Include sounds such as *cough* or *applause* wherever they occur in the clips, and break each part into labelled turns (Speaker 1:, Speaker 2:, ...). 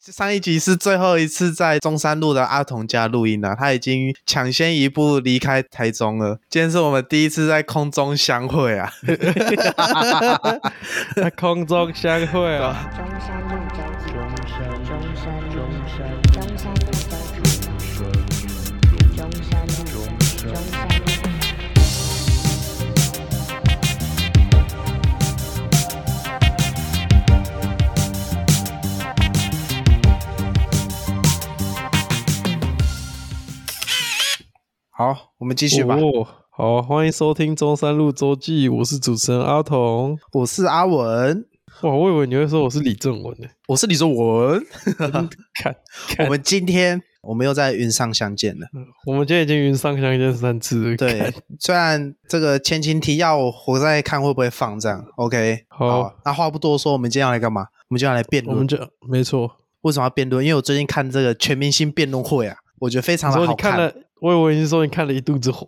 Speaker 1: 上一集是最后一次在中山路的阿童家录音了、他已经抢先一步离开台中了。今天是我们第一次在空中相会啊！
Speaker 2: 在 *laughs* 空中相会啊！
Speaker 3: 中山路交界，中山路，
Speaker 4: 中
Speaker 3: 中山路交界，中山路，中山路。
Speaker 1: 好，我们继续吧。
Speaker 2: 哦，好，欢迎收听中山路周记，我是主持人阿童。
Speaker 1: 我是阿文，
Speaker 2: 哇，我以为你会说我是李正文呢、
Speaker 1: 我是李卓文。
Speaker 2: 看，
Speaker 1: *laughs* 我们今天我们又在云上相
Speaker 2: *laughs*
Speaker 1: 见了。
Speaker 2: 我们今天已经云上相见三次了。
Speaker 1: 对
Speaker 2: 看，
Speaker 1: 虽然这个前情提要我我再看会不会放这样，OK？
Speaker 2: 好
Speaker 1: 那话不多说，我们今天要来干嘛？我们就要来辩
Speaker 2: 我们
Speaker 1: 论。
Speaker 2: 就没错。
Speaker 1: 为什么要辩论？因为我最近看这个全明星辩论会啊，我觉得非常
Speaker 2: 你
Speaker 1: 的
Speaker 2: 说
Speaker 1: 好
Speaker 2: 你看了，我以为你说你看了一肚子火，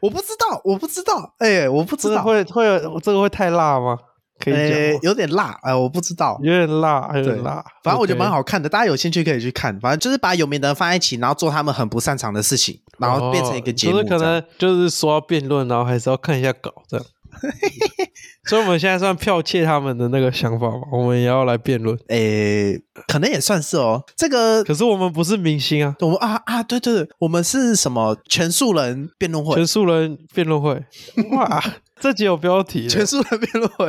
Speaker 1: 我不知道，我不知道，哎、我不
Speaker 2: 这
Speaker 1: 知
Speaker 2: 个
Speaker 1: 道，
Speaker 2: 会会有这个会太辣吗？可以讲
Speaker 1: 哎
Speaker 2: 吗、
Speaker 1: 有点辣，哎、我不知道。
Speaker 2: 有点辣，有
Speaker 1: 对
Speaker 2: 点辣。
Speaker 1: 反正我觉得
Speaker 2: OK
Speaker 1: 蛮。好看的大家有兴趣可以去看。反正就是把有名的人放在一起，然后做他们很不擅长的事情，然后变成一个节目
Speaker 2: 哦
Speaker 1: 这
Speaker 2: 就
Speaker 1: 样。
Speaker 2: 是可能就是说要辩论，然后还是要看一下稿
Speaker 1: *laughs*
Speaker 2: 这样。所以我们现在算剽窃他们的那个想法嘛，我们也要来辩论。
Speaker 1: 诶、哎可能也算是哦。这个
Speaker 2: *laughs* 可是我们不是明星啊，
Speaker 1: 我们啊啊，对对对，我们是什么全素人辩论会
Speaker 2: 全？素人辩
Speaker 1: *laughs*
Speaker 2: 论会，哇，这集有标题了，
Speaker 1: 全素人辩论
Speaker 2: *laughs*
Speaker 1: 会。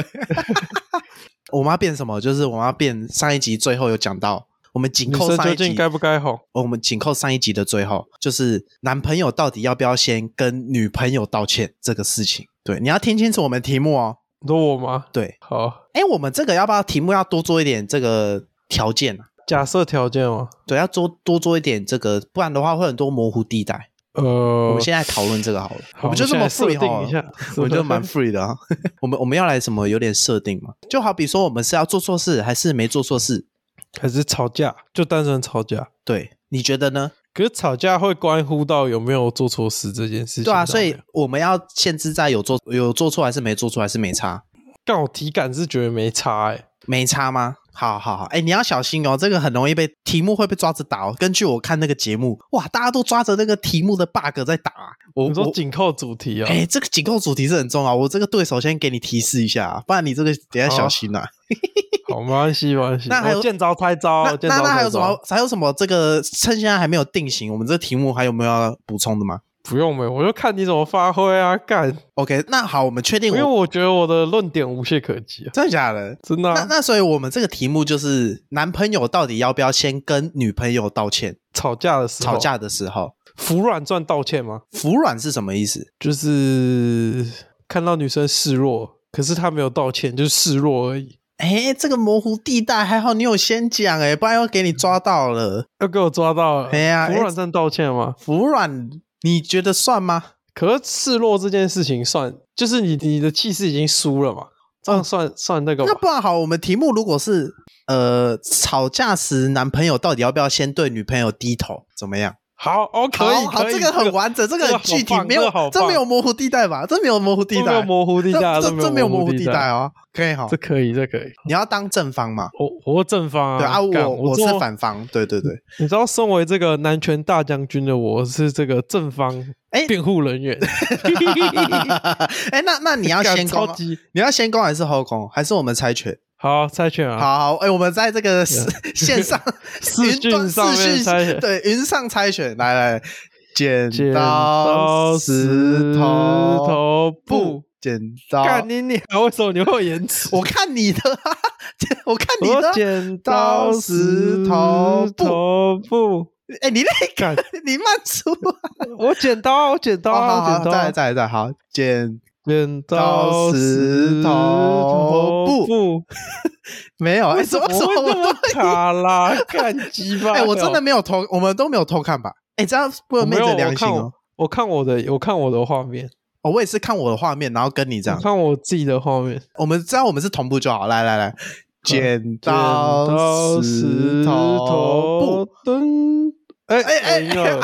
Speaker 1: 我们要变什么？就是我们要变上一集最后有讲到，我们紧
Speaker 2: 女
Speaker 1: 扣
Speaker 2: 生
Speaker 1: 上
Speaker 2: 究
Speaker 1: 一集
Speaker 2: 竟该不该红？
Speaker 1: 哦我们紧扣上一集的最后，就是男朋友到底要不要先跟女朋友道歉这个事情。对，你要听清楚我们题目哦。
Speaker 2: 你说我吗？
Speaker 1: 对，
Speaker 2: 好，
Speaker 1: 哎，我们这个要不要题目要多做一点这个条件啊？
Speaker 2: 假设条件吗？
Speaker 1: 对，要多多做一点这个，不然的话会很多模糊地带。
Speaker 2: 呃，
Speaker 1: 我们现在讨论这个好了，
Speaker 2: 好
Speaker 1: 我们就这么
Speaker 2: 我们现在
Speaker 1: free
Speaker 2: 设定
Speaker 1: 好了
Speaker 2: 一下
Speaker 1: *laughs* 我们就蛮
Speaker 2: 是
Speaker 1: free 的啊。 *laughs* 我们我们要来什么有点设定嘛？就好比说我们是要做错事还是没做错事？
Speaker 2: *laughs* 还是吵架，就单纯吵架。
Speaker 1: 对，你觉得呢？
Speaker 2: 可是吵架会关乎到有没有做错事这件事情。
Speaker 1: 对啊，
Speaker 2: 你知
Speaker 1: 所
Speaker 2: 道没有
Speaker 1: 以我们要限制在有做有做错还是没做错还是没差。
Speaker 2: 但我体感是觉得没差哎、
Speaker 1: 没差吗？好好好，哎、你要小心哦，这个很容易被题目会被抓着打哦。根据我看那个节目，哇，大家都抓着那个题目的 bug 在打、啊。我
Speaker 2: 你说
Speaker 1: 我
Speaker 2: 紧扣主题啊？
Speaker 1: 哎、这个紧扣主题是很重要。我这个对手先给你提示一下、啊，不然你这个等一下
Speaker 2: 好
Speaker 1: 小心啊。
Speaker 2: *laughs* 好，没关系，没关
Speaker 1: *laughs*
Speaker 2: 系。
Speaker 1: 那还有
Speaker 2: 哦我见招拆招，
Speaker 1: 那
Speaker 2: 见
Speaker 1: 那
Speaker 2: 招
Speaker 1: 那还
Speaker 2: 拆
Speaker 1: 有什
Speaker 2: 招
Speaker 1: 么？？还有什么？这个趁现在还没有定型，我们这个题目还有没有要补充的吗
Speaker 2: 不用没有，我就看你怎么发挥啊！干，
Speaker 1: ？OK，那好，我们确定
Speaker 2: 因为
Speaker 1: 我
Speaker 2: 我觉得我的论点无懈可击啊，
Speaker 1: 真的假的？
Speaker 2: 真的啊、
Speaker 1: 那那所以我们这个题目就是男朋友到底要不要先跟女朋友道歉？
Speaker 2: 吵架的时候，
Speaker 1: 吵架的时候，
Speaker 2: 服软算道歉吗？
Speaker 1: 服软是什么意思？
Speaker 2: 就是看到女生示弱，可是她没有道歉，就是示弱而已。
Speaker 1: 哎，这个模糊地带还好，你有先讲哎，不然又给你抓到了。
Speaker 2: 要给我抓到了，
Speaker 1: 哎呀
Speaker 2: 服软算道歉吗？
Speaker 1: 服软，你觉得算吗？
Speaker 2: 可是示弱这件事情算，就是你你的气势已经输了嘛，这样算、算那个
Speaker 1: 哦那
Speaker 2: 吗？
Speaker 1: 不然好，我们题目如果是呃吵架时，男朋友到底要不要先对女朋友低头？怎么样？
Speaker 2: 好，哦，可以，
Speaker 1: 好好，
Speaker 2: 可以
Speaker 1: 这个很完整，这个
Speaker 2: 这个
Speaker 1: 很具体
Speaker 2: 好，棒
Speaker 1: 没
Speaker 2: 这
Speaker 1: 有
Speaker 2: 个好
Speaker 1: 这没有
Speaker 2: 棒
Speaker 1: 模糊地带吧？这没有模糊地
Speaker 2: 这没有
Speaker 1: 带，
Speaker 2: 模糊地带啊，
Speaker 1: 这这没有模糊
Speaker 2: 地
Speaker 1: 地带哦。可以好
Speaker 2: 这，可以，这可以。
Speaker 1: 你要当正方嘛？
Speaker 2: 我我正方啊，
Speaker 1: 对啊，
Speaker 2: 干
Speaker 1: 我
Speaker 2: 我
Speaker 1: 我是
Speaker 2: 做。
Speaker 1: 反方，对对 *laughs* 对。
Speaker 2: 你知道，身为这个南拳大将军的我是这个正方
Speaker 1: 哎
Speaker 2: 辩护人员，
Speaker 1: 哎，那 *laughs* 那你要
Speaker 2: *laughs* 干
Speaker 1: 先
Speaker 2: 超
Speaker 1: 攻吗，
Speaker 2: 级
Speaker 1: 你要先攻还是后攻？还是我们猜拳？
Speaker 2: 好猜拳啊，
Speaker 1: 好好，哎、我们在这
Speaker 2: *laughs*
Speaker 1: 个视线上
Speaker 2: 视
Speaker 1: 云端
Speaker 2: 讯上
Speaker 1: 视
Speaker 2: 面
Speaker 1: 讯
Speaker 2: 猜拳
Speaker 1: 对云上猜拳，来来，剪
Speaker 2: 剪
Speaker 1: 刀
Speaker 2: 刀
Speaker 1: 石
Speaker 2: 石
Speaker 1: 头
Speaker 2: 头
Speaker 1: 布
Speaker 2: 布，，
Speaker 1: 剪刀，
Speaker 2: 干你你啊！为什么你会有延迟？
Speaker 1: 我看你的、啊， *laughs* 我看你
Speaker 2: 我
Speaker 1: 的
Speaker 2: 说
Speaker 1: 啊，
Speaker 2: 剪
Speaker 1: 刀
Speaker 2: 刀
Speaker 1: 石
Speaker 2: 石
Speaker 1: 头
Speaker 2: 头
Speaker 1: 布
Speaker 2: 布，
Speaker 1: 哎、你那
Speaker 2: 干！
Speaker 1: 个你慢出啊，
Speaker 2: 我剪刀啊，我剪刀
Speaker 1: 好
Speaker 2: 啊，
Speaker 1: 哦好
Speaker 2: 我
Speaker 1: 好，
Speaker 2: 剪刀
Speaker 1: 再
Speaker 2: 啊
Speaker 1: 来，再来再来，好，剪
Speaker 2: 剪
Speaker 1: 刀
Speaker 2: 刀
Speaker 1: 石
Speaker 2: 石
Speaker 1: 头
Speaker 2: 头
Speaker 1: 布
Speaker 2: 布。
Speaker 1: 没有，哎、
Speaker 2: *laughs* 为
Speaker 1: 什
Speaker 2: 什么
Speaker 1: 么什
Speaker 2: 会
Speaker 1: 么
Speaker 2: 这
Speaker 1: 我
Speaker 2: 么卡啦？干鸡巴！
Speaker 1: 哎、我真的没有偷，我们都没有偷看吧？哎、这样不
Speaker 2: 我
Speaker 1: 能昧
Speaker 2: 没有
Speaker 1: 着
Speaker 2: 我
Speaker 1: 良心
Speaker 2: 看
Speaker 1: 哦
Speaker 2: 我。我看我的，我看我的画面，
Speaker 1: 哦我也是看我的画面，然后跟你这
Speaker 2: 我
Speaker 1: 样。
Speaker 2: 看我自己的画面。
Speaker 1: 我们知道我们是同步就好。来来来，剪
Speaker 2: *laughs* 剪
Speaker 1: 刀
Speaker 2: 刀石
Speaker 1: 头
Speaker 2: 头
Speaker 1: 布。
Speaker 2: 布，噔！哎
Speaker 1: 哎哎
Speaker 2: 我赢了，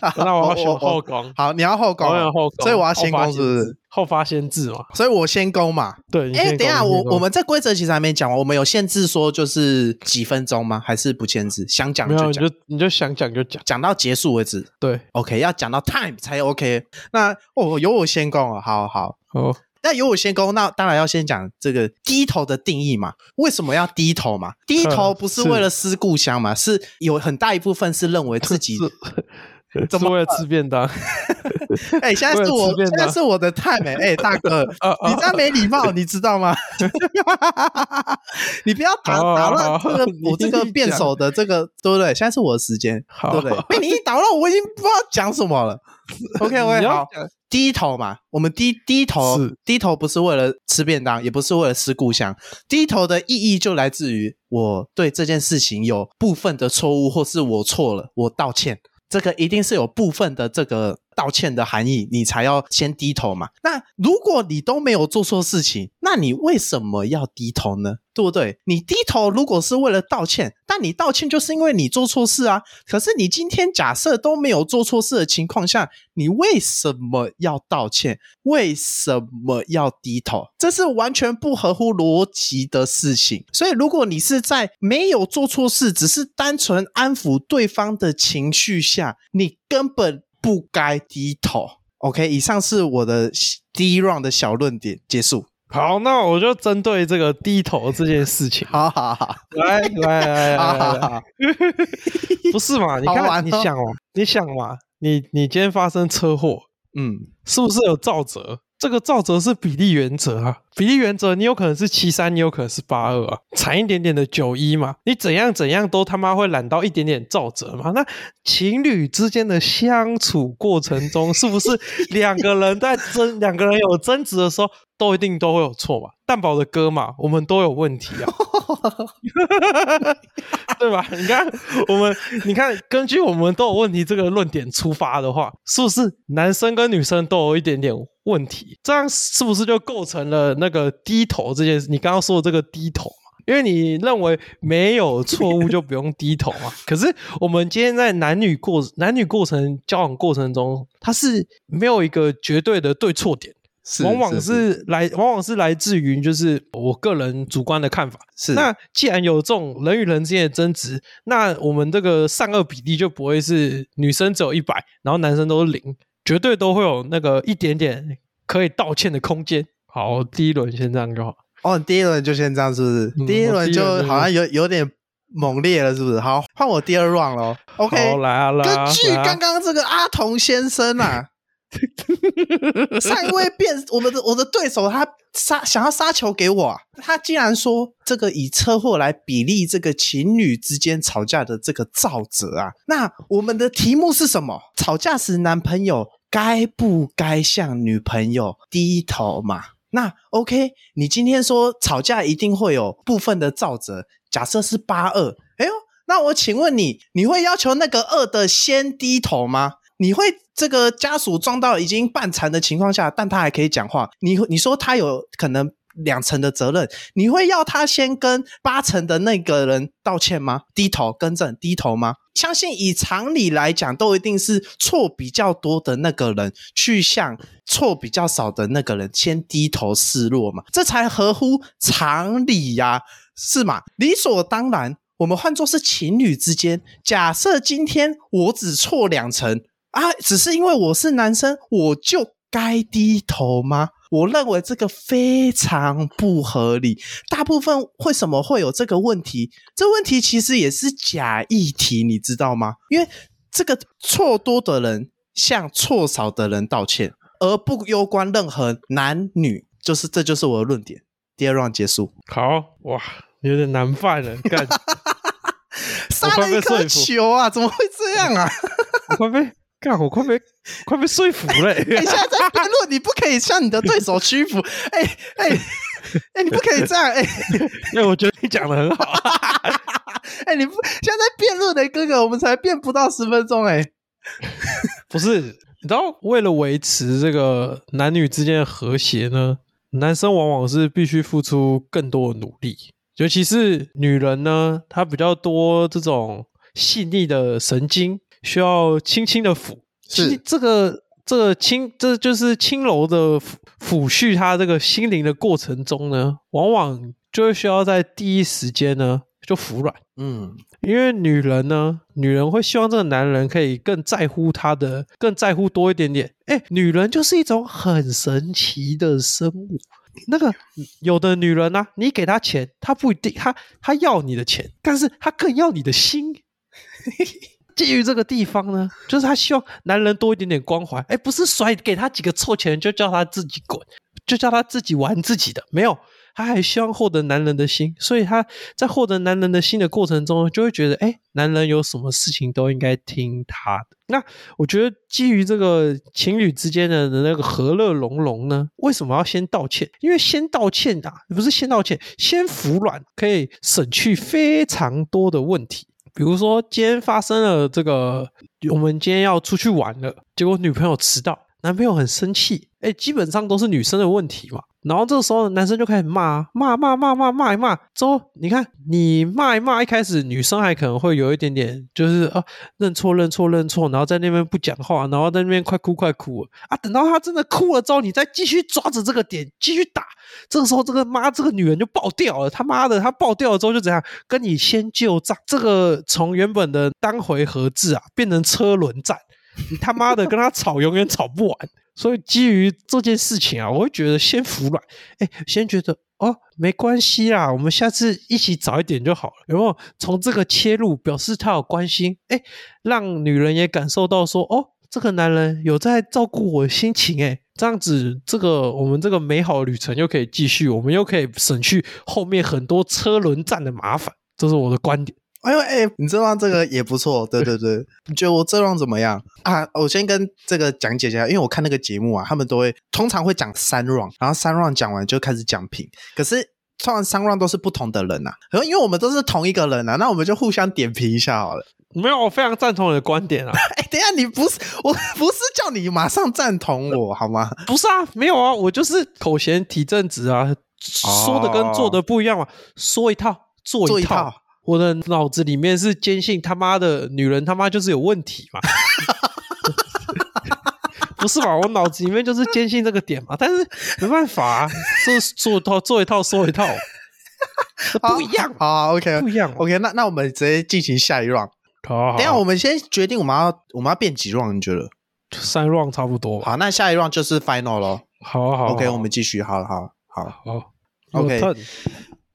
Speaker 1: 哎，*laughs*
Speaker 2: 那我要选后
Speaker 1: 后
Speaker 2: 攻，
Speaker 1: 好，你要后攻
Speaker 2: 我要
Speaker 1: 啊，
Speaker 2: 后攻，
Speaker 1: 所以我要
Speaker 2: 后
Speaker 1: 先
Speaker 2: 发
Speaker 1: 攻是不
Speaker 2: 制
Speaker 1: 是？
Speaker 2: 后发先至嘛？
Speaker 1: 所以我先攻嘛。
Speaker 2: 对，你
Speaker 1: 哎、
Speaker 2: 先
Speaker 1: 等一下，
Speaker 2: 攻
Speaker 1: 我
Speaker 2: 你先攻
Speaker 1: 我们这规则其实还没讲完，我们有限制说就是几分钟吗？还是不限制？想讲
Speaker 2: 没有，
Speaker 1: 就讲，
Speaker 2: 你就你就想讲就讲，
Speaker 1: 讲到结束为止。
Speaker 2: 对，
Speaker 1: OK，要讲到 time 才 OK。那哦，由我先攻啊，好好。
Speaker 2: 哦，
Speaker 1: 那由我先攻，那当然要先讲这个低头的定义嘛。为什么要低头嘛？低头不是
Speaker 2: 是
Speaker 1: 为了思故乡嘛？嗯是有很大一部分是认为自己 *laughs*
Speaker 2: 是
Speaker 1: *laughs* 怎
Speaker 2: 是
Speaker 1: 么
Speaker 2: 为了吃
Speaker 1: *laughs*
Speaker 2: 便当？
Speaker 1: 哎、现在是
Speaker 2: 为了
Speaker 1: 我
Speaker 2: 吃便
Speaker 1: 现在
Speaker 2: 当
Speaker 1: 是我的 time 哎、哎大 *laughs* 哥，
Speaker 2: 啊啊
Speaker 1: 你这样没礼貌，你知道吗？ *laughs* 你不要打
Speaker 2: 好
Speaker 1: 打
Speaker 2: 好
Speaker 1: 乱
Speaker 2: 好
Speaker 1: 这个我这个
Speaker 2: 你
Speaker 1: 辩手的这个，对不对？现在是我的时间，
Speaker 2: 好
Speaker 1: 对不对？被你一打乱，我已经不知道讲什么 *laughs* 了。OK
Speaker 2: 你
Speaker 1: OK
Speaker 2: 要
Speaker 1: 好，低头嘛，我们低低头
Speaker 2: 是
Speaker 1: 低头不是为了吃便当，也不是为了吃故乡，低头的意义就来自于我对这件事情有部分的错误，或是我错了，我道歉。这个一定是有部分的这个道歉的含义，你才要先低头嘛。那如果你都没有做错事情，那你为什么要低头呢？对不对？你低头如果是为了道歉，但你道歉就是因为你做错事啊。可是你今天假设都没有做错事的情况下，你为什么要道歉？为什么要低头？这是完全不合乎逻辑的事情。所以，如果你是在没有做错事，只是单纯安抚对方的情绪下，你根本不该低头。OK，以上是我的第一 round 的小论点，结束。
Speaker 2: 好，那我就针对这个低头这件
Speaker 1: *laughs*
Speaker 2: 事情，
Speaker 1: 好好好，
Speaker 2: 来来来
Speaker 1: 好
Speaker 2: 来
Speaker 1: 好
Speaker 2: *laughs* 来来，
Speaker 1: 好，
Speaker 2: *laughs* 不是
Speaker 1: *laughs*
Speaker 2: 嘛？你
Speaker 1: 好玩哦
Speaker 2: 看，你想嘛，你想嘛，你你今天发生车祸，
Speaker 1: 嗯，
Speaker 2: 是不是有造责？这个造责是比例原则啊，比例原则你有可能是七三，你有可能是八二啊，惨一点点的九一嘛，你怎样怎样都他妈会揽到一点点造责嘛。那情侣之间的相处过程中，是
Speaker 1: *laughs*
Speaker 2: 不是两个人在争，两个人有争执的时候，都一定都会有错嘛？蛋堡的歌嘛，我们都有问题啊。对吧？你看我们，你看根据我们都有问题这个论点出发的话，是不是男生跟女生都有一点点问题？这样是不是就构成了那个低头这件事？你刚刚说的这个低头嘛？因为你认为没有错误就不用低头嘛，可是我们今天在男女过男女过程交往过程中，它是没有一个绝对的对错点，
Speaker 1: 是
Speaker 2: 往往是来往往是来自于就是我个人主观的看法，
Speaker 1: 是
Speaker 2: 那既然有这种人与人之间的争执，那我们这个善恶比例就不会是女生只有一百，然后男生都是零，绝对都会有那个一点点可以道歉的空间。好，第一轮先这样就好。
Speaker 1: 哦，你第一轮就先这样，是不是？
Speaker 2: 嗯
Speaker 1: 第一
Speaker 2: 我
Speaker 1: 轮
Speaker 2: 第一
Speaker 1: 就
Speaker 2: 轮就是
Speaker 1: 好像有有点猛烈了，是不是？好，换我第二 round 喽。OK，
Speaker 2: 好来啊来啊，
Speaker 1: 根据
Speaker 2: 来啊
Speaker 1: 刚刚这个阿童先生啊，上一位辩我们的我的对手他杀想要杀球给我、啊，他竟然说这个以车祸来比例这个情侣之间吵架的这个造责啊，那我们的题目是什么？吵架时男朋友该不该向女朋友低头嘛？那 OK，你今天说吵架一定会有部分的造责，假设是八二，哎呦，那我请问你，你会要求那个二的先低头吗？你会这个家属撞到已经半残的情况下，但他还可以讲话，你你说他有可能两成的责任，你会要他先跟八成的那个人道歉吗？低头更正，低头吗？相信以常理来讲，都一定是错比较多的那个人去向错比较少的那个人先低头示弱嘛，这才合乎常理呀、是嘛？理所当然。我们换作是情侣之间，假设今天我只错两成啊，只是因为我是男生，我就该低头吗？我认为这个非常不合理。大部分为什么会有这个问题？这问题其实也是假议题，你知道吗？因为这个错多的人向错少的人道歉，而不攸关任何男女，就是这就是我的论点。第二 round 结束。
Speaker 2: 好哇，有点难办了，干，
Speaker 1: *laughs* 杀了一颗球啊！怎么会这样啊？
Speaker 2: 我快被干，我快被快被说服了、欸
Speaker 1: 你哎现在在辩论，你不可以向你的对手屈服。哎哎哎，你不可以这样！哎
Speaker 2: *laughs* 因为我觉得你讲的很好。
Speaker 1: 哎，你不现在在辩论的哥哥，我们才辩不到十分钟哎。
Speaker 2: *laughs* 不是，你知道，为了维持这个男女之间的和谐呢，男生往往是必须付出更多的努力，尤其是女人呢，她比较多这种细腻的神经，需要轻轻的抚。
Speaker 1: 是
Speaker 2: 其实这个这个轻，这就是轻柔的抚抚恤他这个心灵的过程中呢，往往就会需要在第一时间呢就服软。
Speaker 1: 嗯，
Speaker 2: 因为女人呢，女人会希望这个男人可以更在乎她的，更在乎多一点点。哎，女人就是一种很神奇的生物。那个有的女人呢、你给她钱，她不一定，她她要你的钱，但是她更要你的心。 *laughs* 基于这个地方呢，就是她希望男人多一点点关怀。哎，不是甩给她几个臭钱就叫她自己滚，就叫她自己玩自己的，没有，她还希望获得男人的心，所以她在获得男人的心的过程中，就会觉得，哎，男人有什么事情都应该听她的。那我觉得基于这个情侣之间的那个和乐融融呢，为什么要先道歉？因为先道歉啊，不是先道歉，先服软可以省去非常多的问题。比如说，今天发生了这个，我们今天要出去玩了，结果女朋友迟到，男朋友很生气，哎，基本上都是女生的问题嘛。然后这时候男生就开始骂啊，骂骂骂骂骂一骂，之后你看你骂一骂，一开始女生还可能会有一点点就是啊认错认错认错，然后在那边不讲话，然后在那边快哭快哭啊。等到她真的哭了之后，你再继续抓着这个点继续打，这个时候，这个妈这个女人就爆掉了，他妈的，她爆掉了之后就怎样？跟你先旧账，这个从原本的单回合制啊，变成车轮战，你他妈的跟她吵永远吵不完。所以基于这件事情啊，我会觉得先服软，哎，先觉得哦没关系啦，我们下次一起早一点就好了。然后从这个切入，表示他有关心，哎，让女人也感受到说，哦，这个男人有在照顾我的心情，哎，这样子，这个我们这个美好的旅程又可以继续，我们又可以省去后面很多车轮战的麻烦。这是我的观点。
Speaker 1: 哎呦哎，你这段这个也不错，对对 *laughs* 对，你觉得我这段怎么样啊？我先跟这个讲解一下，因为我看那个节目啊，他们都会通常会讲三 round，然后三 round 讲完就开始讲评，可是。通常三 round 都是不同的人呐、啊，然后因为我们都是同一个人呐、啊，那我们就互相点评一下好了。
Speaker 2: 没有，我非常赞同你的观点啊！
Speaker 1: 哎，等一下，你不是我不是叫你马上赞同
Speaker 2: *laughs*
Speaker 1: 我好吗？
Speaker 2: 不是啊，没有啊，我就是口嫌体正直啊，说的跟做的不一样嘛，说一套做
Speaker 1: 做一
Speaker 2: 套。
Speaker 1: 套
Speaker 2: 我的脑子里面是坚信他妈的女人他妈就是有问题嘛， *laughs* 不是吧？我脑子里面就是坚信这个点嘛，但是没办法、啊，这是做一套做一套说一套，这不一样，
Speaker 1: 好好，OK
Speaker 2: 不一样。
Speaker 1: OK，那那我们直接进行下一 round。
Speaker 2: 好，
Speaker 1: 等一下我们先决定我们要我们要变几 round？你觉得？
Speaker 2: 三 round 差不多吧。
Speaker 1: 好，那下一 round 就是 final 咯。
Speaker 2: 好好
Speaker 1: OK，我们继续，好好好。
Speaker 2: 好
Speaker 1: OK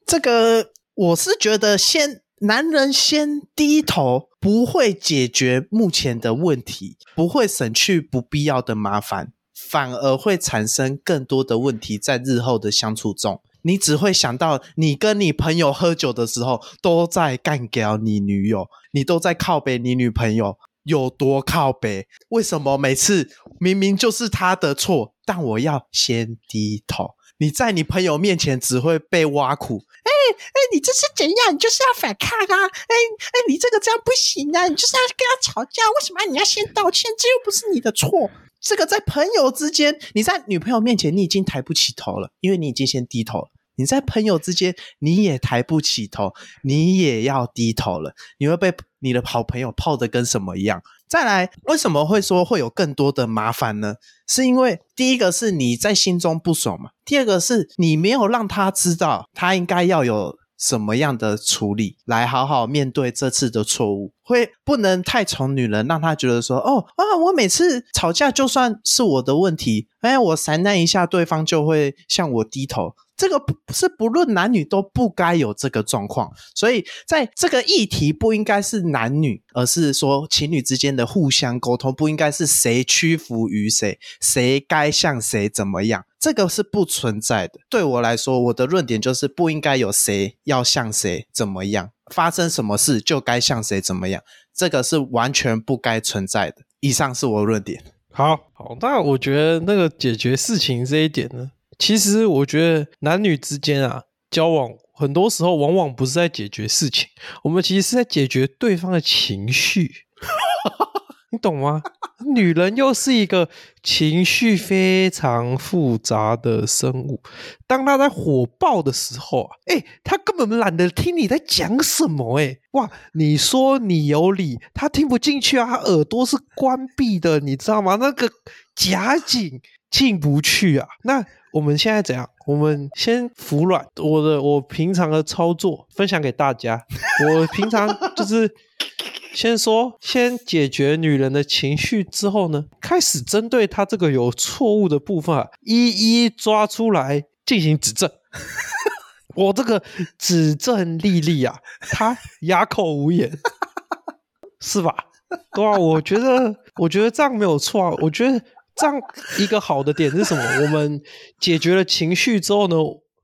Speaker 1: 这个我是觉得先男人先低头，不会解决目前的问题，不会省去不必要的麻烦，反而会产生更多的问题在日后的相处中。你只会想到你跟你朋友喝酒的时候都在干掉你女友，你都在靠北你女朋友。有多靠北？为什么每次明明就是他的错，但我要先低头？你在你朋友面前只会被挖苦，哎，你这是怎样？你就是要反抗啊！哎哎，你这个这样不行啊！你就是要跟他吵架，为什么你要先道歉？这又不是你的错。这个在朋友之间，你在女朋友面前你已经抬不起头了，因为你已经先低头了。你在朋友之间你也抬不起头，你也要低头了，你会被你的好朋友泡的跟什么一样。再来，为什么会说会有更多的麻烦呢？是因为第一个是你在心中不爽嘛，第二个是你没有让他知道他应该要有什么样的处理，来好好面对这次的错误，会不能太宠女人，让她觉得说，哦啊，我每次吵架就算是我的问题，哎，我闪难一下，对方就会向我低头。这个不是不论男女都不该有这个状况，所以在这个议题不应该是男女，而是说情侣之间的互相沟通，不应该是谁屈服于谁，谁该向谁怎么样，这个是不存在的。对我来说，我的论点就是不应该有谁要向谁怎么样，发生什么事就该向谁怎么样，这个是完全不该存在的。以上是我的论点。
Speaker 2: 好好，那我觉得那个解决事情这一点呢，其实我觉得男女之间啊，交往很多时候往往不是在解决事情，我们其实是在解决对方的情绪。你懂吗？女人又是一个情绪非常复杂的生物，当她在火爆的时候啊，哎、她根本懒得听你在讲什么、哎，哇，你说你有理，她听不进去啊，她耳朵是关闭的，你知道吗？那个夹紧进不去啊。那我们现在怎样？我们先服软，我的我平常的操作分享给大家，我平常就是。先说，先解决女人的情绪之后呢，开始针对她这个有错误的部分啊，一一抓出来进行指正。 *laughs* 我这个指正丽丽啊，她哑口无言，是吧？对啊，我觉得，我觉得这样没有错啊。我觉得这样一个好的点是什么？我们解决了情绪之后呢，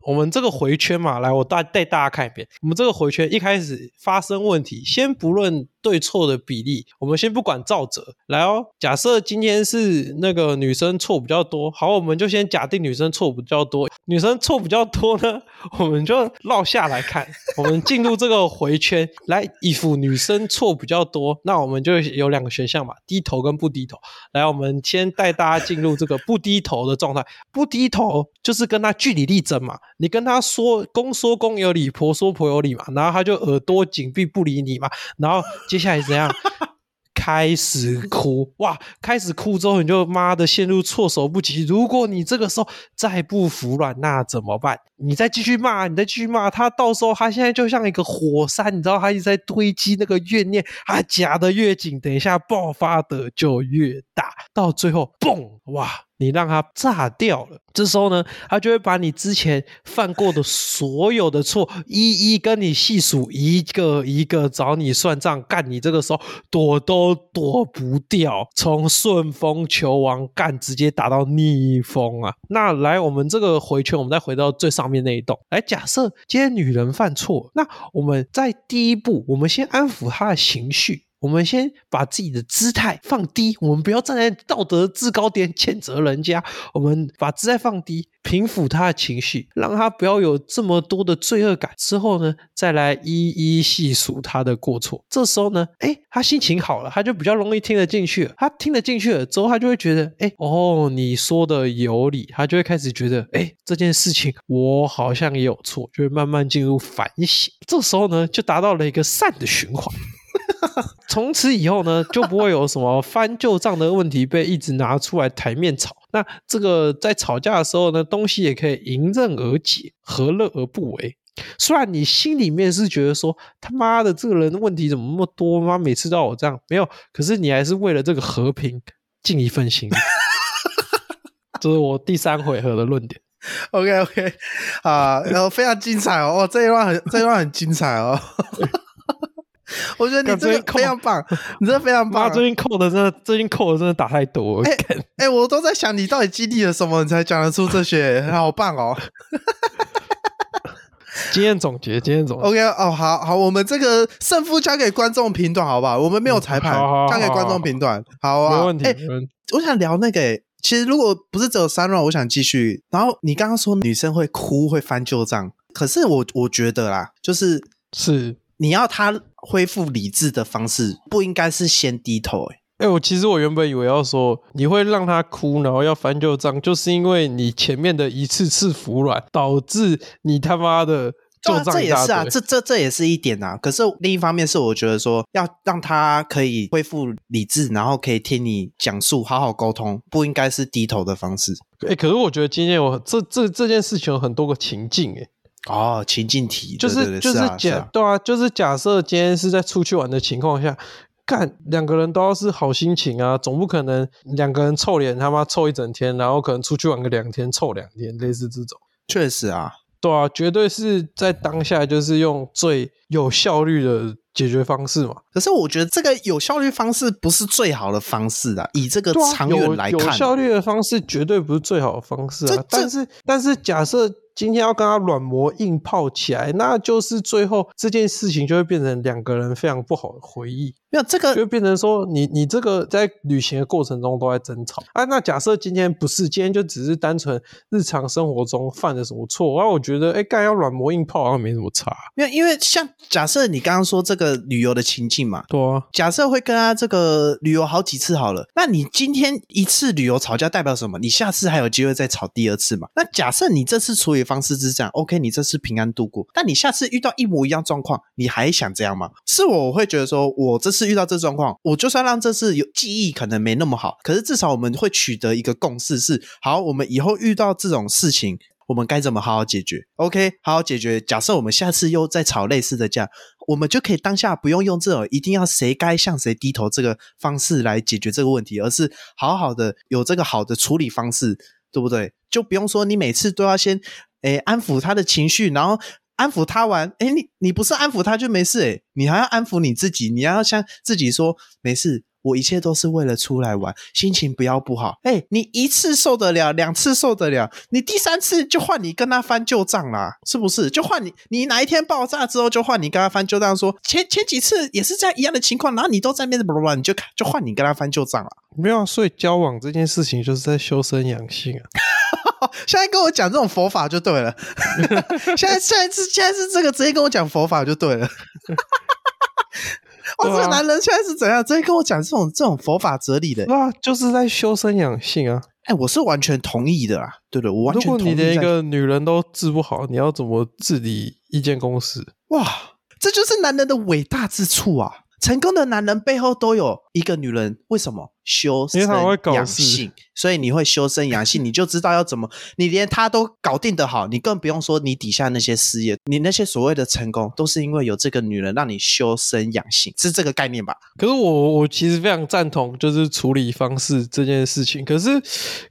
Speaker 2: 我们这个回圈嘛，来，我大带大家看一遍。我们这个回圈一开始发生问题，先不论对错的比例，我们先不管照责。来哦，假设今天是那个女生错比较多，好，我们就先假定女生错比较多。女生错比较多呢，我们就绕下来看，我们进入这个回圈，来一副女生错比较多，那我们就有两个选项嘛，低头跟不低头。来，我们先带大家进入这个不低头的状态。不低头就是跟他据理力争嘛，你跟他说公说公有理，婆说婆有理嘛，然后他就耳朵紧闭不理你嘛，然后接下来怎样？ *laughs* 开始哭哇！开始哭之后，你就妈的陷入措手不及。如果你这个时候再不服软，那怎么办？你再继续骂，你再继续骂他，到时候他现在就像一个火山，你知道他一直在堆积那个怨念，他夹得越紧，等一下爆发的就越大，到最后嘣哇！你让他炸掉了，这时候呢，他就会把你之前犯过的所有的错一一跟你细数，一个一个找你算账。干你这个时候躲都躲不掉，从顺风球王干直接打到逆风啊！那来，我们这个回圈，我们再回到最上面那一栋。来，假设今天女人犯错，那我们在第一步，我们先安抚她的情绪，我们先把自己的姿态放低，我们不要站在道德制高点谴责人家，我们把姿态放低，平复他的情绪，让他不要有这么多的罪恶感。之后呢，再来一一细数他的过错。这时候呢，哎，他心情好了，他就比较容易听得进去了。他听得进去了之后，他就会觉得，哎，哦，你说的有理，他就会开始觉得，哎，这件事情我好像也有错，就会慢慢进入反省。这时候呢，就达到了一个善的循环。从此以后呢，就不会有什么翻旧账的问题被一直拿出来台面吵。那这个在吵架的时候呢，东西也可以迎刃而解，何乐而不为？虽然你心里面是觉得说他妈的这个人问题怎么那么多，妈每次都要我这样没有，可是你还是为了这个和平尽一份
Speaker 1: *laughs*
Speaker 2: 心力。这是我第三回合的论点。
Speaker 1: OK OK，啊，然后非常精彩哦，哇这一段很这一段很精彩哦， *laughs* 我觉得你
Speaker 2: 干
Speaker 1: 这
Speaker 2: 最近
Speaker 1: 个
Speaker 2: 扣
Speaker 1: 非常棒，你这个非常
Speaker 2: 妈，
Speaker 1: 棒。
Speaker 2: 最近扣的真的，最近扣的真的打太多了。
Speaker 1: 哎哎、我都在想你到底经历了什么，你才讲得出这些，好棒哦。
Speaker 2: 经验总结，经验总结。
Speaker 1: OK 哦，好好，我们这个胜负交给观众评断好不好？我们没有裁判，
Speaker 2: 好嗯好好
Speaker 1: 交给观众评断，好啊。
Speaker 2: 没问题，
Speaker 1: 哎
Speaker 2: 没问题。
Speaker 1: 我想聊那个、欸，其实如果不是只有三 round，我想继续。然后你刚刚说女生会哭会翻旧账，可是我我觉得啦，就是
Speaker 2: 是，
Speaker 1: 你要她恢复理智的方式，不应该是先低头、欸。
Speaker 2: 哎、我其实我原本以为要说你会让他哭，然后要翻旧账，就是因为你前面的一次次服软，导致你他妈的旧
Speaker 1: 对啊，这
Speaker 2: 账一
Speaker 1: 也
Speaker 2: 大
Speaker 1: 是
Speaker 2: 堆。
Speaker 1: 啊，这这这也是一点啊。可是另一方面是，我觉得说要让她可以恢复理智，然后可以听你讲述，好好沟通，不应该是低头的方式。
Speaker 2: 哎、可是我觉得今天有这这这件事情有很多个情境、哎，
Speaker 1: 哦，情境题
Speaker 2: 就是
Speaker 1: 对对对
Speaker 2: 就是
Speaker 1: 啊
Speaker 2: 假、
Speaker 1: 啊
Speaker 2: 对啊，就是假设今天是在出去玩的情况下。干两个人都要是好心情啊，总不可能两个人臭脸他妈臭一整天，然后可能出去玩个两天臭两天，类似这种。
Speaker 1: 确实啊，
Speaker 2: 对啊，绝对是在当下就是用最有效率的解决方式嘛。
Speaker 1: 可是我觉得这个有效率方式不是最好的方式啊，以这个
Speaker 2: 对啊
Speaker 1: 长
Speaker 2: 有
Speaker 1: 远来
Speaker 2: 有
Speaker 1: 看啊、
Speaker 2: 效率的方式绝对不是最好的方式
Speaker 1: 这
Speaker 2: 啊
Speaker 1: 这。
Speaker 2: 但是但是假设今天要跟他软磨硬泡起来，那就是最后这件事情就会变成两个人非常不好的回忆。
Speaker 1: 没有这个
Speaker 2: 就变成说你你这个在旅行的过程中都在争吵啊。那假设今天不是，今天就只是单纯日常生活中犯了什么错，然后我觉得哎，干要软磨硬泡好像没什么差。啊
Speaker 1: 没有，因为像假设你刚刚说这个旅游的情境嘛，
Speaker 2: 对啊，
Speaker 1: 假设会跟他这个旅游好几次好了，那你今天一次旅游吵架代表什么？你下次还有机会再吵第二次嘛？那假设你这次处理方式是这样，OK，你这次平安度过，但你下次遇到一模一样状况，你还想这样吗？是我，我会觉得说，我这次遇到这状况，我就算让这次有记忆可能没那么好，可是至少我们会取得一个共识是，好，我们以后遇到这种事情。我们该怎么好好解决？OK，好好解决。假设我们下次又再吵类似的架，我们就可以当下不用用这种一定要谁该向谁低头这个方式来解决这个问题，而是好好的有这个好的处理方式，对不对？就不用说你每次都要先诶安抚他的情绪，然后。安抚他完，诶，你你不是安抚他就没事，诶，你还要安抚你自己，你要向自己说没事，我一切都是为了出来玩，心情不要不好。诶，你一次受得了，两次受得了，你第三次就换你跟他翻旧账啦，是不是？就换你，你哪一天爆炸之后，就换你跟他翻旧账说，前前几次也是这样一样的情况，然后你都在面子，你就就换你跟他翻旧账了。
Speaker 2: 没有啊，所以交往这件事情就是在修身养性啊。
Speaker 1: 现在跟我讲这种佛法就对
Speaker 2: *laughs*
Speaker 1: 了，现在现在是现在是这个直接跟我讲佛法就对了。
Speaker 2: *laughs*
Speaker 1: 哇，
Speaker 2: 对啊
Speaker 1: 这个男人现在是怎样？直接跟我讲这种这种佛法哲理的、
Speaker 2: 对啊，就是在修身养性啊。
Speaker 1: 哎、我是完全同意的啦。对的，我完
Speaker 2: 如
Speaker 1: 全
Speaker 2: 果
Speaker 1: 同
Speaker 2: 你
Speaker 1: 意
Speaker 2: 连一
Speaker 1: 在
Speaker 2: 个女人都治不好，你要怎么治理一间公司？
Speaker 1: 哇，这就是男人的伟大之处啊！成功的男人背后都有一个女人，为什么修身
Speaker 2: 因为他会搞
Speaker 1: 养
Speaker 2: 事
Speaker 1: 性？所以你会修身养
Speaker 2: *laughs*
Speaker 1: 性，你就知道要怎么。你连他都搞定得好，你更不用说你底下那些事业，你那些所谓的成功，都是因为有这个女人让你修身养性，是这个概念吧？
Speaker 2: 可是我我其实非常赞同就是处理方式这件事情。可是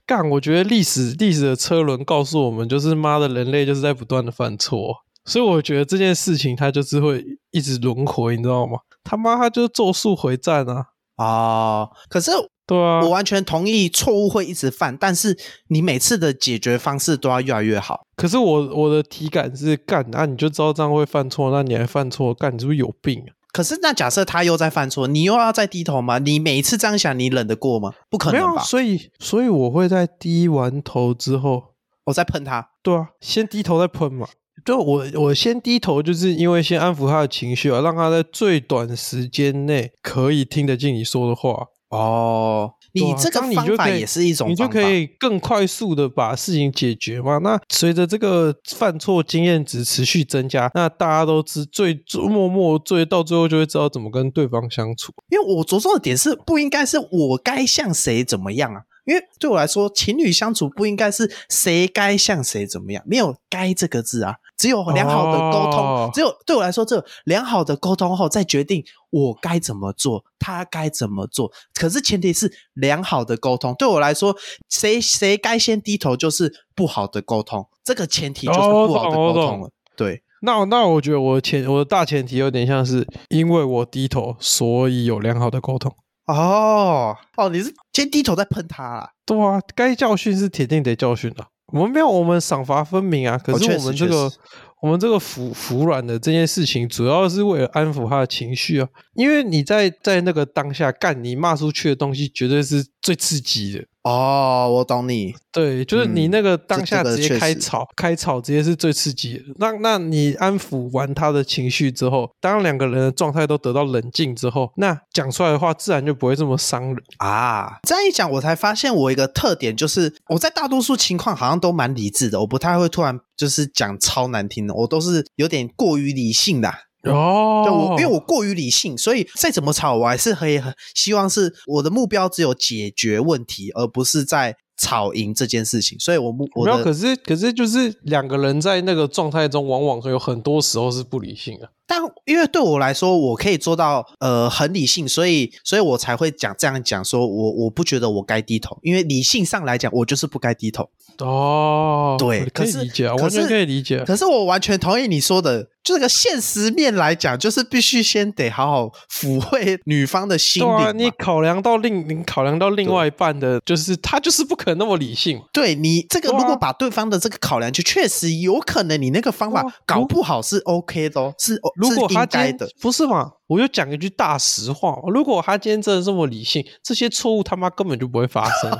Speaker 2: 干，我觉得历史历史的车轮告诉我们，就是妈的人类就是在不断的犯错，所以我觉得这件事情它就是会一直轮回，你知道吗？他妈他就是咒术回战啊，
Speaker 1: 哦，可是
Speaker 2: 对啊
Speaker 1: 我。完全同意错误会一直犯，但是你每次的解决方式都要越来越好。
Speaker 2: 可是我我的体感是干，那、你就知道这样会犯错，那你还犯错，干你是不是有病啊？
Speaker 1: 可是那假设他又在犯错，你又要再低头吗？你每一次这样想，你忍得过吗？不可
Speaker 2: 没
Speaker 1: 能
Speaker 2: 有啊，
Speaker 1: 吧！
Speaker 2: 所以所以我会在低完头之后，
Speaker 1: 我在喷他，
Speaker 2: 对啊，先低头再喷嘛。对啊我，我先低头，就是因为先安抚他的情绪啊，让他在最短时间内可以听得进你说的话。
Speaker 1: 哦，
Speaker 2: 对
Speaker 1: 你
Speaker 2: 啊
Speaker 1: 这个
Speaker 2: 这样你就
Speaker 1: 方法
Speaker 2: 可以
Speaker 1: 也是一种
Speaker 2: 你就
Speaker 1: 方法
Speaker 2: 可以更快速的把事情解决嘛。那随着这个犯错经验值持续增加，那大家都知最最默默最到最后就会知道怎么跟对方相处。
Speaker 1: 因为我着重的点是不应该是我该向谁怎么样啊？因为对我来说，情侣相处不应该是谁该向谁怎么样，没有“该”这个字啊，只有良好的沟通，
Speaker 2: 哦
Speaker 1: 只有对我来说，只有良好的沟通后再决定我该怎么做，他该怎么做。可是前提是良好的沟通，对我来说，谁谁该先低头就是不好的沟通，这个前提就是
Speaker 2: 哦
Speaker 1: 不好的
Speaker 2: 懂
Speaker 1: 沟
Speaker 2: 我
Speaker 1: 通
Speaker 2: 懂
Speaker 1: 了。对，
Speaker 2: 那那我觉得我的前我的大前提有点像是，因为我低头，所以有良好的沟通。
Speaker 1: 哦哦，你是先低头再喷他啦。
Speaker 2: 对啊，该教训是铁定得教训的、我们没有，我们赏罚分明啊。可
Speaker 1: 哦
Speaker 2: 是
Speaker 1: 确
Speaker 2: 我们
Speaker 1: 实
Speaker 2: 这个，
Speaker 1: 确实
Speaker 2: 我们这个服服软的这件事情，主要是为了安抚他的情绪啊。因为你在在那个当下干你骂出去的东西，绝对是最刺激的。
Speaker 1: 哦，我懂你。
Speaker 2: 对，就是你
Speaker 1: 嗯
Speaker 2: 那个当
Speaker 1: 这
Speaker 2: 下
Speaker 1: 这个
Speaker 2: 直接
Speaker 1: 确
Speaker 2: 开
Speaker 1: 实
Speaker 2: 吵，开吵直接是最刺激的。那那你安抚完他的情绪之后，当两个人的状态都得到冷静之后，那讲出来的话自然就不会这么伤人。
Speaker 1: 啊，这样一讲，我才发现我一个特点就是，我在大多数情况好像都蛮理智的，我不太会突然就是讲超难听的，我都是有点过于理性的啊、
Speaker 2: 哦
Speaker 1: 对我，因为我过于理性，所以再怎么吵，我还是可以很希望是我的目标只有解决问题，而不是在吵赢这件事情。所以我目我
Speaker 2: 没有，可
Speaker 1: 的，
Speaker 2: 是可是就是两个人在那个状态中，往往有很多时候是不理性的。
Speaker 1: 但因为对我来说，我可以做到呃很理性，所以所以我才会讲这样讲说，我我不觉得我该低头，因为理性上来讲，我就是不该低头。
Speaker 2: 哦，
Speaker 1: 对
Speaker 2: 可
Speaker 1: 可
Speaker 2: 以
Speaker 1: 是
Speaker 2: 理解啊，
Speaker 1: 可
Speaker 2: 完全
Speaker 1: 是
Speaker 2: 可以理解。
Speaker 1: 可是我完全同意你说的，就这个现实面来讲，就是必须先得好好抚慰女方的心
Speaker 2: 对
Speaker 1: 灵嘛、
Speaker 2: 啊，你考量到另你考量到另外一半的，就是他就是不可能那么理性嘛。
Speaker 1: 对你这个，
Speaker 2: 对啊
Speaker 1: 如果把对方的这个考量去，确实有可能你那个方
Speaker 2: 对啊
Speaker 1: 法搞不好是 OK 的、哦，是哦
Speaker 2: 如果
Speaker 1: 是
Speaker 2: 他
Speaker 1: 应
Speaker 2: 今
Speaker 1: 该
Speaker 2: 天
Speaker 1: 的。
Speaker 2: 不是嘛，我就讲一句大实话嘛，如果他今天真的这么理性，这些错误他妈根本就不会发生。 *laughs*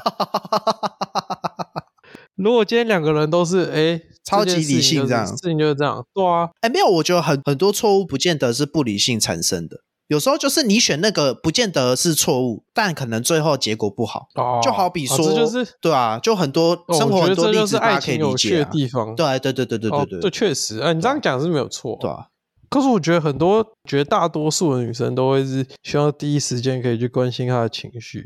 Speaker 2: 如果今天两个人都是哎、诶
Speaker 1: 超级
Speaker 2: 这件事情
Speaker 1: 理性
Speaker 2: 就是
Speaker 1: 这样
Speaker 2: 事情就是这样，对啊，
Speaker 1: 哎，没有，我觉得很很多错误不见得是不理性产生的，有时候就是你选那个不见得是错误，但可能最后结果不好。
Speaker 2: 哦，
Speaker 1: 就好比
Speaker 2: 啊
Speaker 1: 说，
Speaker 2: 这就是
Speaker 1: 对啊，就很多
Speaker 2: 哦
Speaker 1: 生活
Speaker 2: 我觉
Speaker 1: 很
Speaker 2: 得
Speaker 1: 多
Speaker 2: 这
Speaker 1: 例
Speaker 2: 就是
Speaker 1: 子大
Speaker 2: 爱
Speaker 1: 家可以
Speaker 2: 情
Speaker 1: 理
Speaker 2: 有趣
Speaker 1: 解
Speaker 2: 的
Speaker 1: 啊。
Speaker 2: 地方。
Speaker 1: 对对对对对
Speaker 2: 哦
Speaker 1: 对
Speaker 2: 这
Speaker 1: 对
Speaker 2: 确实，啊，你这样讲是没有错，
Speaker 1: 对啊，
Speaker 2: 可是我觉得很多绝大多数的女生都会是希望第一时间可以去关心她的情绪，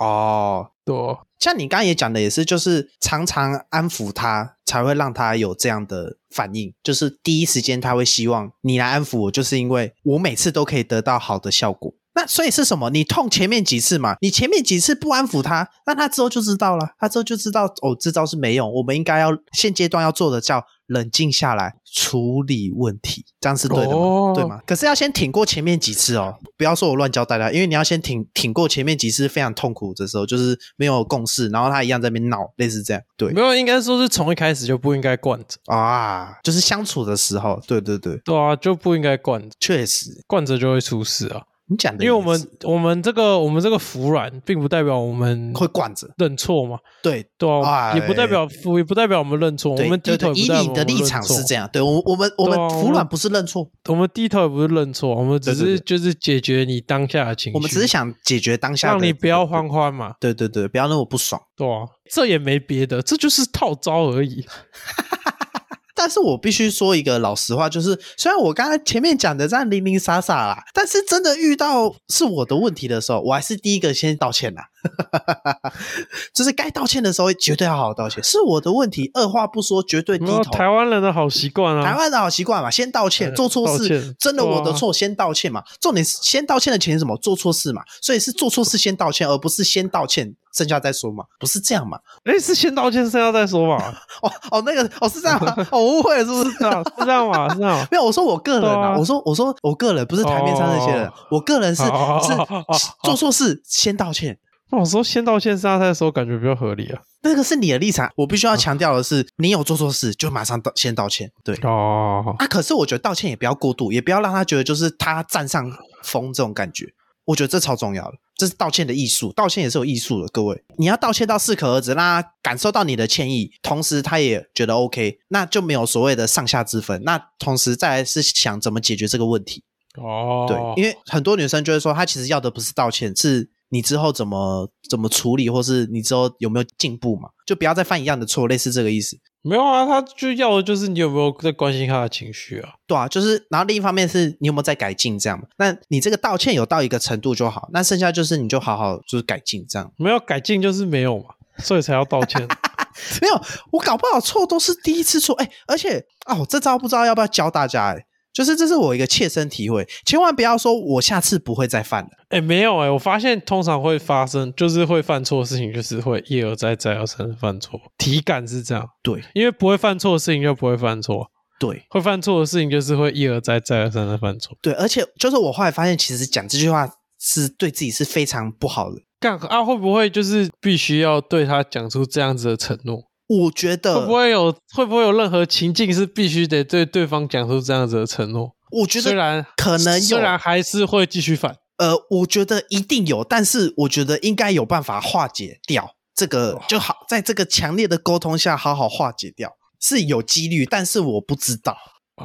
Speaker 1: 哦，
Speaker 2: 对啊、
Speaker 1: 像你刚刚也讲的也是，就是常常安抚他，才会让他有这样的反应。就是第一时间他会希望你来安抚我，就是因为我每次都可以得到好的效果。那所以是什么？你痛前面几次嘛，你前面几次不安抚他，那他之后就知道了，他之后就知道哦，这招是没用。我们应该要现阶段要做的叫冷静下来处理问题，这样是对的吗？
Speaker 2: 哦
Speaker 1: 对啊吗？可是要先挺过前面几次哦，不要说我乱教大家，因为你要先挺挺过前面几次非常痛苦的时候，就是没有共识，然后他一样在那边闹，类似这样。对
Speaker 2: 没有，应该说是从一开始就不应该惯着，
Speaker 1: 啊，就是相处的时候，对对对，
Speaker 2: 对啊，就不应该惯着，
Speaker 1: 确实，
Speaker 2: 惯着就会出事啊。
Speaker 1: 你讲的
Speaker 2: 因
Speaker 1: 也是，
Speaker 2: 为我们我们这个我们这个服软，并不代表我们
Speaker 1: 会惯着，
Speaker 2: 认错嘛，
Speaker 1: 对
Speaker 2: 对啊，
Speaker 1: 哎
Speaker 2: 也不代表服，也不代表我们认错，我
Speaker 1: 对
Speaker 2: 们低
Speaker 1: 对
Speaker 2: 头
Speaker 1: 对，
Speaker 2: 也不
Speaker 1: 以
Speaker 2: 代
Speaker 1: 你
Speaker 2: 表我
Speaker 1: 的
Speaker 2: 们
Speaker 1: 立
Speaker 2: 认
Speaker 1: 场
Speaker 2: 错
Speaker 1: 是这样，对我们我们我
Speaker 2: 对啊
Speaker 1: 们
Speaker 2: 我
Speaker 1: 服
Speaker 2: 们
Speaker 1: 软不是认错，
Speaker 2: 我们低头也不是认错，我们只
Speaker 1: 对对
Speaker 2: 是
Speaker 1: 对
Speaker 2: 就是解决你当下的情绪，
Speaker 1: 我们只是想解决当下的，
Speaker 2: 让你不要慌慌嘛，
Speaker 1: 对对对，不要那么不爽。
Speaker 2: 对啊，这也没别的，这就是套招而已。
Speaker 1: 但是我必须说一个老实话，就是虽然我刚才前面讲的这样零零散散啦，但是真的遇到是我的问题的时候，我还是第一个先道歉啦。 *laughs* 就是该道歉的时候，绝对要好好道歉。是我的问题，二话不说，绝 *laughs* 对低
Speaker 2: 没有
Speaker 1: 头。
Speaker 2: 台湾人的好习惯啊，
Speaker 1: 台湾的好习惯嘛，先道歉，
Speaker 2: 嗯
Speaker 1: 做错
Speaker 2: 道歉
Speaker 1: 事，真的
Speaker 2: 对啊
Speaker 1: 我的错，先道歉嘛。重点是先道歉的前提是什么？做错事嘛，所以是做错事先道歉，而不是先道歉，剩下再说嘛，不是这样嘛？
Speaker 2: 哎是先道歉，剩下再说吧，
Speaker 1: 哦哦，那个哦是这样吗？哦，我误会了是不是？
Speaker 2: 是啊，是这样嘛，是这样嘛。
Speaker 1: 没有，我说我个人啊，
Speaker 2: 对啊
Speaker 1: 我说我说我个人不是台面上那些人，
Speaker 2: 哦
Speaker 1: 我个人是、
Speaker 2: 哦
Speaker 1: 是做错事先道歉，
Speaker 2: 那我说先道歉，剩下再说，感觉比较合理啊。
Speaker 1: 那个是你的立场。我必须要强调的是，你有做错事就马上道先道歉，对。
Speaker 2: 哦，
Speaker 1: 啊，可是我觉得道歉也不要过度，也不要让他觉得就是他占上风这种感觉，我觉得这超重要的，这是道歉的艺术，道歉也是有艺术的，各位，你要道歉到适可而止，让他感受到你的歉意，同时他也觉得 OK，那就没有所谓的上下之分。那同时再来是想怎么解决这个问题，
Speaker 2: 哦
Speaker 1: 对，，因为很多女生就会说，她其实要的不是道歉，是你之后怎么怎么处理，或是你之后有没有进步嘛，就不要再犯一样的错，类似这个意思。
Speaker 2: 没有啊，他就要的就是你有没有在关心他的情绪啊。
Speaker 1: 对啊，就是，然后另一方面是你有没有在改进这样嘛？那你这个道歉有到一个程度就好，那剩下就是你就好好就是改进这样。
Speaker 2: 没有改进就是没有嘛，所以才要道歉。
Speaker 1: *laughs* 没有，我搞不好错都是第一次错，哎，而且啊，我这招不知道要不要教大家，哎，就是这是我一个切身体会，千万不要说我下次不会再犯了。
Speaker 2: 哎、没有哎、我发现通常会发生，就是会犯错的事情，就是会一而再再而三地犯错，体感是这样。
Speaker 1: 对
Speaker 2: 因为不会犯错的事情就不会犯错，
Speaker 1: 对，
Speaker 2: 会犯错的事情就是会一而再再而三的犯错。
Speaker 1: 对，而且就是我后来发现，其实讲这句话是对自己是非常不好的。
Speaker 2: 干啊，会不会就是必须要对他讲出这样子的承诺？
Speaker 1: 我觉得，
Speaker 2: 会不会有会不会有任何情境是必须得对对方讲出这样子的承诺？
Speaker 1: 我觉
Speaker 2: 虽
Speaker 1: 得
Speaker 2: 然
Speaker 1: 可能有
Speaker 2: 虽，然还是会继续犯。
Speaker 1: 呃，我觉得一定有，但是我觉得应该有办法化解掉这
Speaker 2: 哦
Speaker 1: 个，就好在这个强烈的沟通下好好化解掉。是有几率，但是我不知道，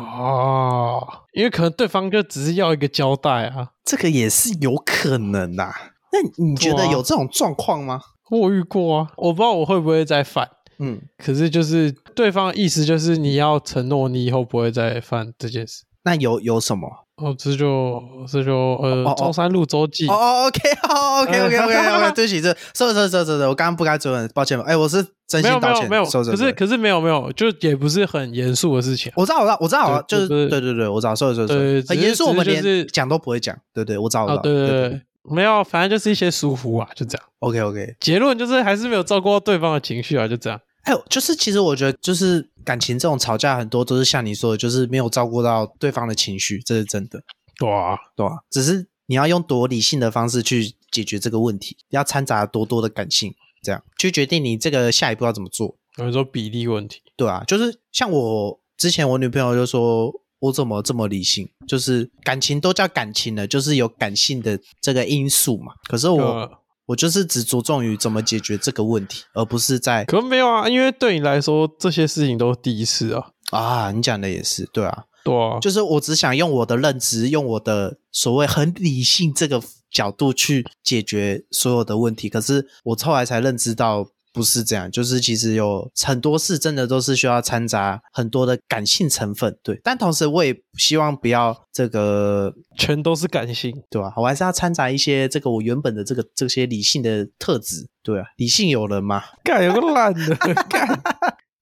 Speaker 2: 哦，因为可能对方就只是要一个交代啊。
Speaker 1: 这个也是有可能呐、那你觉
Speaker 2: 对
Speaker 1: 得
Speaker 2: 啊
Speaker 1: 有这种状况吗？
Speaker 2: 我遇过啊，我不知道我会不会再犯，
Speaker 1: 嗯，
Speaker 2: 可是就是对方的意思就是你要承诺你以后不会再犯这件事。
Speaker 1: 那有有什么？
Speaker 2: 哦，这就这就呃，
Speaker 1: 哦哦
Speaker 2: 中山路周记
Speaker 1: 哦哦，OK，哦，OK，OK，OK，OK，对不起，
Speaker 2: *laughs*
Speaker 1: 这，sorry，sorry，sorry，sorry，我刚刚不该追问，抱歉，哎，我是真
Speaker 2: 没
Speaker 1: 心
Speaker 2: 有没
Speaker 1: 道
Speaker 2: 有
Speaker 1: 歉，
Speaker 2: 没有，
Speaker 1: sorry，
Speaker 2: 可
Speaker 1: sorry，
Speaker 2: 是可是没有没有，就也不是很严肃的事情啊。
Speaker 1: 我知道，我知道，我知道，
Speaker 2: 对
Speaker 1: 就是
Speaker 2: 就是
Speaker 1: 对对对，我知道，所以所以所以
Speaker 2: 对
Speaker 1: 很
Speaker 2: 只是
Speaker 1: 严肃，我们
Speaker 2: 只是就是
Speaker 1: 连讲都不会讲，对对，我知道，我知
Speaker 2: 啊，
Speaker 1: 道，
Speaker 2: 对
Speaker 1: 对
Speaker 2: 对对，没有，反正就是一些疏忽啊，就这样。
Speaker 1: ，OK OK，
Speaker 2: 结论就是还是没有照顾到对方的情绪啊，就这样。
Speaker 1: 还有哎就是，其实我觉得就是感情这种吵架，很多都是像你说的，就是没有照顾到对方的情绪，这是真的，
Speaker 2: 对啊，
Speaker 1: 对吧？只是你要用多理性的方式去解决这个问题，要掺杂多多的感性，这样去决定你这个下一步要怎么做，
Speaker 2: 有人说比例问题，
Speaker 1: 对啊，就是像我之前我女朋友就说，我怎么这么理性？就是感情都叫感情了，就是有感性的这个因素嘛。可是我、
Speaker 2: 呃
Speaker 1: 我就是只着重于怎么解决这个问题，而不是在
Speaker 2: 可没有啊，因为对你来说这些事情都是第一次啊，
Speaker 1: 啊，你讲的也是对啊，
Speaker 2: 对啊，
Speaker 1: 就是我只想用我的认知，用我的所谓很理性这个角度去解决所有的问题。可是我后来才认知到不是这样，就是其实有很多事真的都是需要掺杂很多的感性成分，对。但同时我也希望不要这个，
Speaker 2: 全都是感性。
Speaker 1: 对吧、我还是要掺杂一些这个我原本的这个这些理性的特质，对啊，理性有人嘛，
Speaker 2: 干有个烂 *laughs* 的干。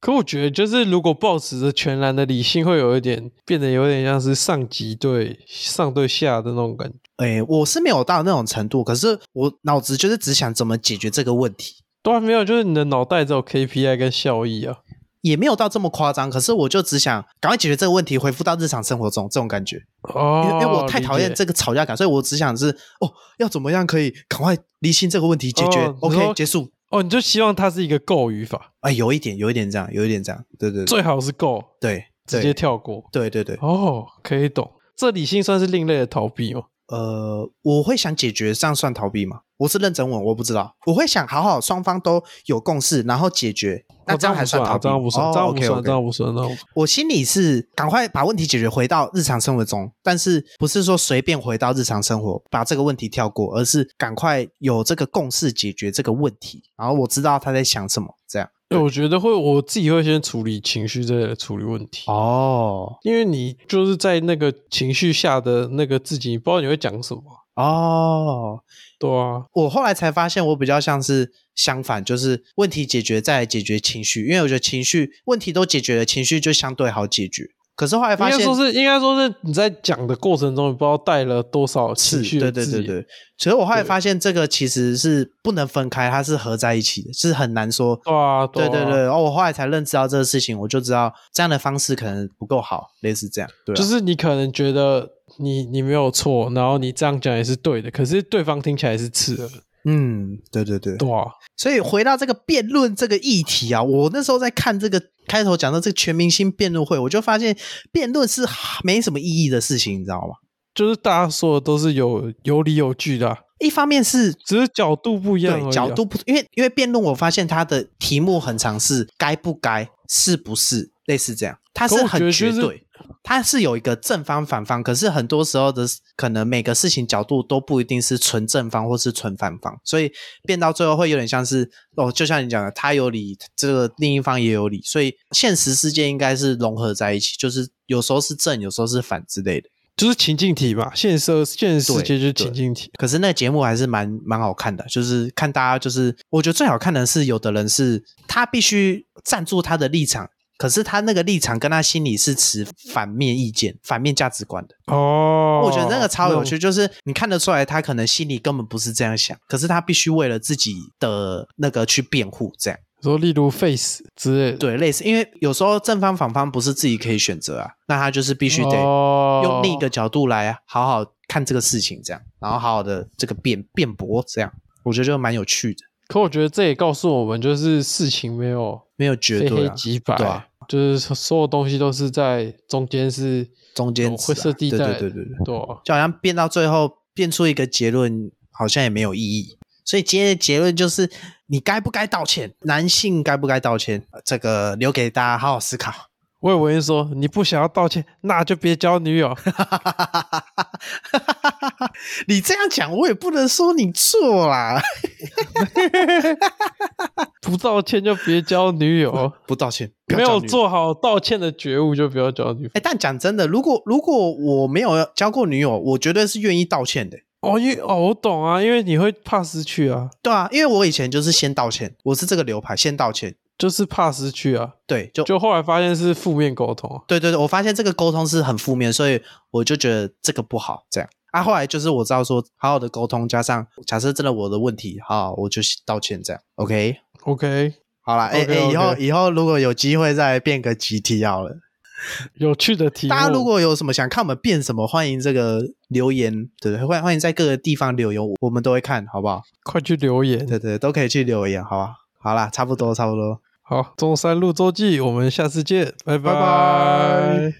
Speaker 2: 可我觉得，就是如果保持着全然的理性，会有一点变得有点像是上级对上对下的那种感觉。
Speaker 1: 诶，我是没有到那种程度，可是我脑子就是只想怎么解决这个问题。
Speaker 2: 对啊，没有，就是你的脑袋只有 KPI 跟效益啊。
Speaker 1: 也没有到这么夸张，可是我就只想赶快解决这个问题，回复到日常生活中这种感觉，因
Speaker 2: 哦
Speaker 1: 为因为我太讨厌
Speaker 2: 理解
Speaker 1: 这个吵架感，所以我只想是哦，要怎么样可以赶快厘清这个问题，解决、
Speaker 2: 哦你说
Speaker 1: OK 结束。
Speaker 2: 哦，你就希望它是一个够语法，
Speaker 1: 哎，有一点，有一点这样，有一点这样，对对对
Speaker 2: 最好是够，
Speaker 1: 对
Speaker 2: 直接
Speaker 1: 对
Speaker 2: 跳过。
Speaker 1: 对对对，
Speaker 2: 哦，可以懂。这理性算是另类的逃避吗？
Speaker 1: 呃，我会想解决，这样算逃避吗？我是认真问，我不知道，我会想好好双方都有共识，然后解决，那
Speaker 2: 哦
Speaker 1: 这样还
Speaker 2: 算
Speaker 1: 逃
Speaker 2: 啊
Speaker 1: 避？
Speaker 2: 这样不算，
Speaker 1: 哦
Speaker 2: 这样不
Speaker 1: OK，OK
Speaker 2: 算，这样不算，这样不算。
Speaker 1: 我心里是赶快把问题解决，回到日常生活中，但是不是说随便回到日常生活把这个问题跳过，而是赶快有这个共识解决这个问题，然后我知道他在想什么，这样。
Speaker 2: 对，我觉得会，我自己会先处理情绪这类的处理问题。
Speaker 1: 哦
Speaker 2: 因为你就是在那个情绪下的那个自己，不知道你会讲什么。
Speaker 1: 哦，
Speaker 2: 对啊，
Speaker 1: 我后来才发现，我比较像是相反，就是问题解决再来解决情绪，因为我觉得情绪问题都解决了，情绪就相对好解决。可是后来
Speaker 2: 应
Speaker 1: 发
Speaker 2: 该
Speaker 1: 现
Speaker 2: 说是，应该说是你在讲的过程中，你不知道带了多少情
Speaker 1: 是，
Speaker 2: 绪
Speaker 1: 对
Speaker 2: 的
Speaker 1: 对
Speaker 2: 字
Speaker 1: 对
Speaker 2: 眼
Speaker 1: 对。所以我后来
Speaker 2: 对
Speaker 1: 发现，这个其实是不能分开，它是合在一起的，是很难说
Speaker 2: 对啊，对
Speaker 1: 对
Speaker 2: 啊
Speaker 1: 对对，，然后我后来才认知到这个事情，我就知道这样的方式可能不够好，类似这样，对啊、
Speaker 2: 就是你可能觉得你你没有错，然后你这样讲也是对的，可是对方听起来是刺耳的，
Speaker 1: 嗯，对对对，
Speaker 2: 对啊，
Speaker 1: 所以回到这个辩论这个议题啊，我那时候在看这个开头讲到这个全明星辩论会，我就发现辩论是没什么意义的事情，你知道吗？
Speaker 2: 就是大家说的都是有有理有据的啊、
Speaker 1: 一方面是
Speaker 2: 只是角度不一样而已啊、
Speaker 1: 对角度不，因为因为辩论，我发现它的题目很常是该不该、是不是，类似这样，它
Speaker 2: 可
Speaker 1: 是
Speaker 2: 我觉
Speaker 1: 很
Speaker 2: 得
Speaker 1: 绝
Speaker 2: 就是
Speaker 1: 对，它是有一个正方反方，可是很多时候的可能每个事情角度都不一定是纯正方或是纯反方，所以变到最后会有点像是哦，就像你讲的，他有理，这个另一方也有理，所以现实世界应该是融合在一起，就是有时候是正，有时候是反之类的。
Speaker 2: 就是情境题嘛，现实现实世界就是情境题。
Speaker 1: 可是那个节目还是蛮蛮好看的，就是看大家就是，我觉得最好看的是有的人是他必须站住他的立场，可是他那个立场跟他心里是持反面意见、反面价值观的。
Speaker 2: 哦，
Speaker 1: 我觉得那个超有
Speaker 2: 那
Speaker 1: 趣，就是你看得出来他可能心里根本不是这样想，可是他必须为了自己的那个去辩护，这样
Speaker 2: 种。说例如 face 之类的，，
Speaker 1: 对类似，因为有时候正方反方不是自己可以选择啊，那他就是必
Speaker 2: 必
Speaker 1: 须得
Speaker 2: 哦
Speaker 1: 用另一个角度来好好看这个事情，这样，然后好好的这个辩辩驳，这样我觉得就蛮有趣的，
Speaker 2: 可我觉得这也告诉我们，就是事情没有
Speaker 1: 没有绝
Speaker 2: 非
Speaker 1: 对、
Speaker 2: 黑
Speaker 1: 啊，
Speaker 2: 即白，
Speaker 1: 对啊
Speaker 2: 就是所有东西都是在中间是
Speaker 1: 中间
Speaker 2: 有
Speaker 1: 值
Speaker 2: 灰
Speaker 1: 啊
Speaker 2: 色地带
Speaker 1: 对
Speaker 2: 的，
Speaker 1: 对对对对，
Speaker 2: 对啊
Speaker 1: 就好像辩到最后辩出一个结论，好像也没有意义。所以今天的结论就是，你该不该道歉？男性该不该道歉？呃这个留给大家好好思考。
Speaker 2: 魏文英说：“你不想要道歉，那就别交
Speaker 1: *laughs*
Speaker 2: 女友。
Speaker 1: 你这样讲，我也不能说你错啦。
Speaker 2: 不道歉就别交女友，
Speaker 1: *laughs* 不道歉，不要
Speaker 2: 没
Speaker 1: 叫
Speaker 2: 有
Speaker 1: 女
Speaker 2: 做好道歉的觉悟就不要交女友。
Speaker 1: 哎、但讲真的，如果如果我没有交过女友，我绝对是愿意道歉的。”
Speaker 2: 哦，因为哦，我懂啊，因为你会怕失去啊，
Speaker 1: 对啊，因为我以前就是先道歉，我是这个流派，先道歉。
Speaker 2: 就是怕失去啊。
Speaker 1: 对，就
Speaker 2: 就后来发现是负面沟通啊，
Speaker 1: 对对对，我发现这个沟通是很负面，所以我就觉得这个不好。这样啊，后来就是我知道说，好好的沟通，加上假设真的我的问题，好，我就道歉这样。OK，
Speaker 2: OK，
Speaker 1: 好啦，哎、哎
Speaker 2: OK，OK
Speaker 1: 以后以后如果有机会再变个集体好了。
Speaker 2: 有趣的题目。
Speaker 1: 大家如果有什么想看我们变什么，欢迎这个留言，对对，欢欢迎在各个地方留言，我们都会看，好不好？
Speaker 2: 快去留言。
Speaker 1: 对对，都可以去留言，好吧？好啦，差不多，差不多。
Speaker 2: 好，中山路周记，我们下次见，拜
Speaker 1: 拜拜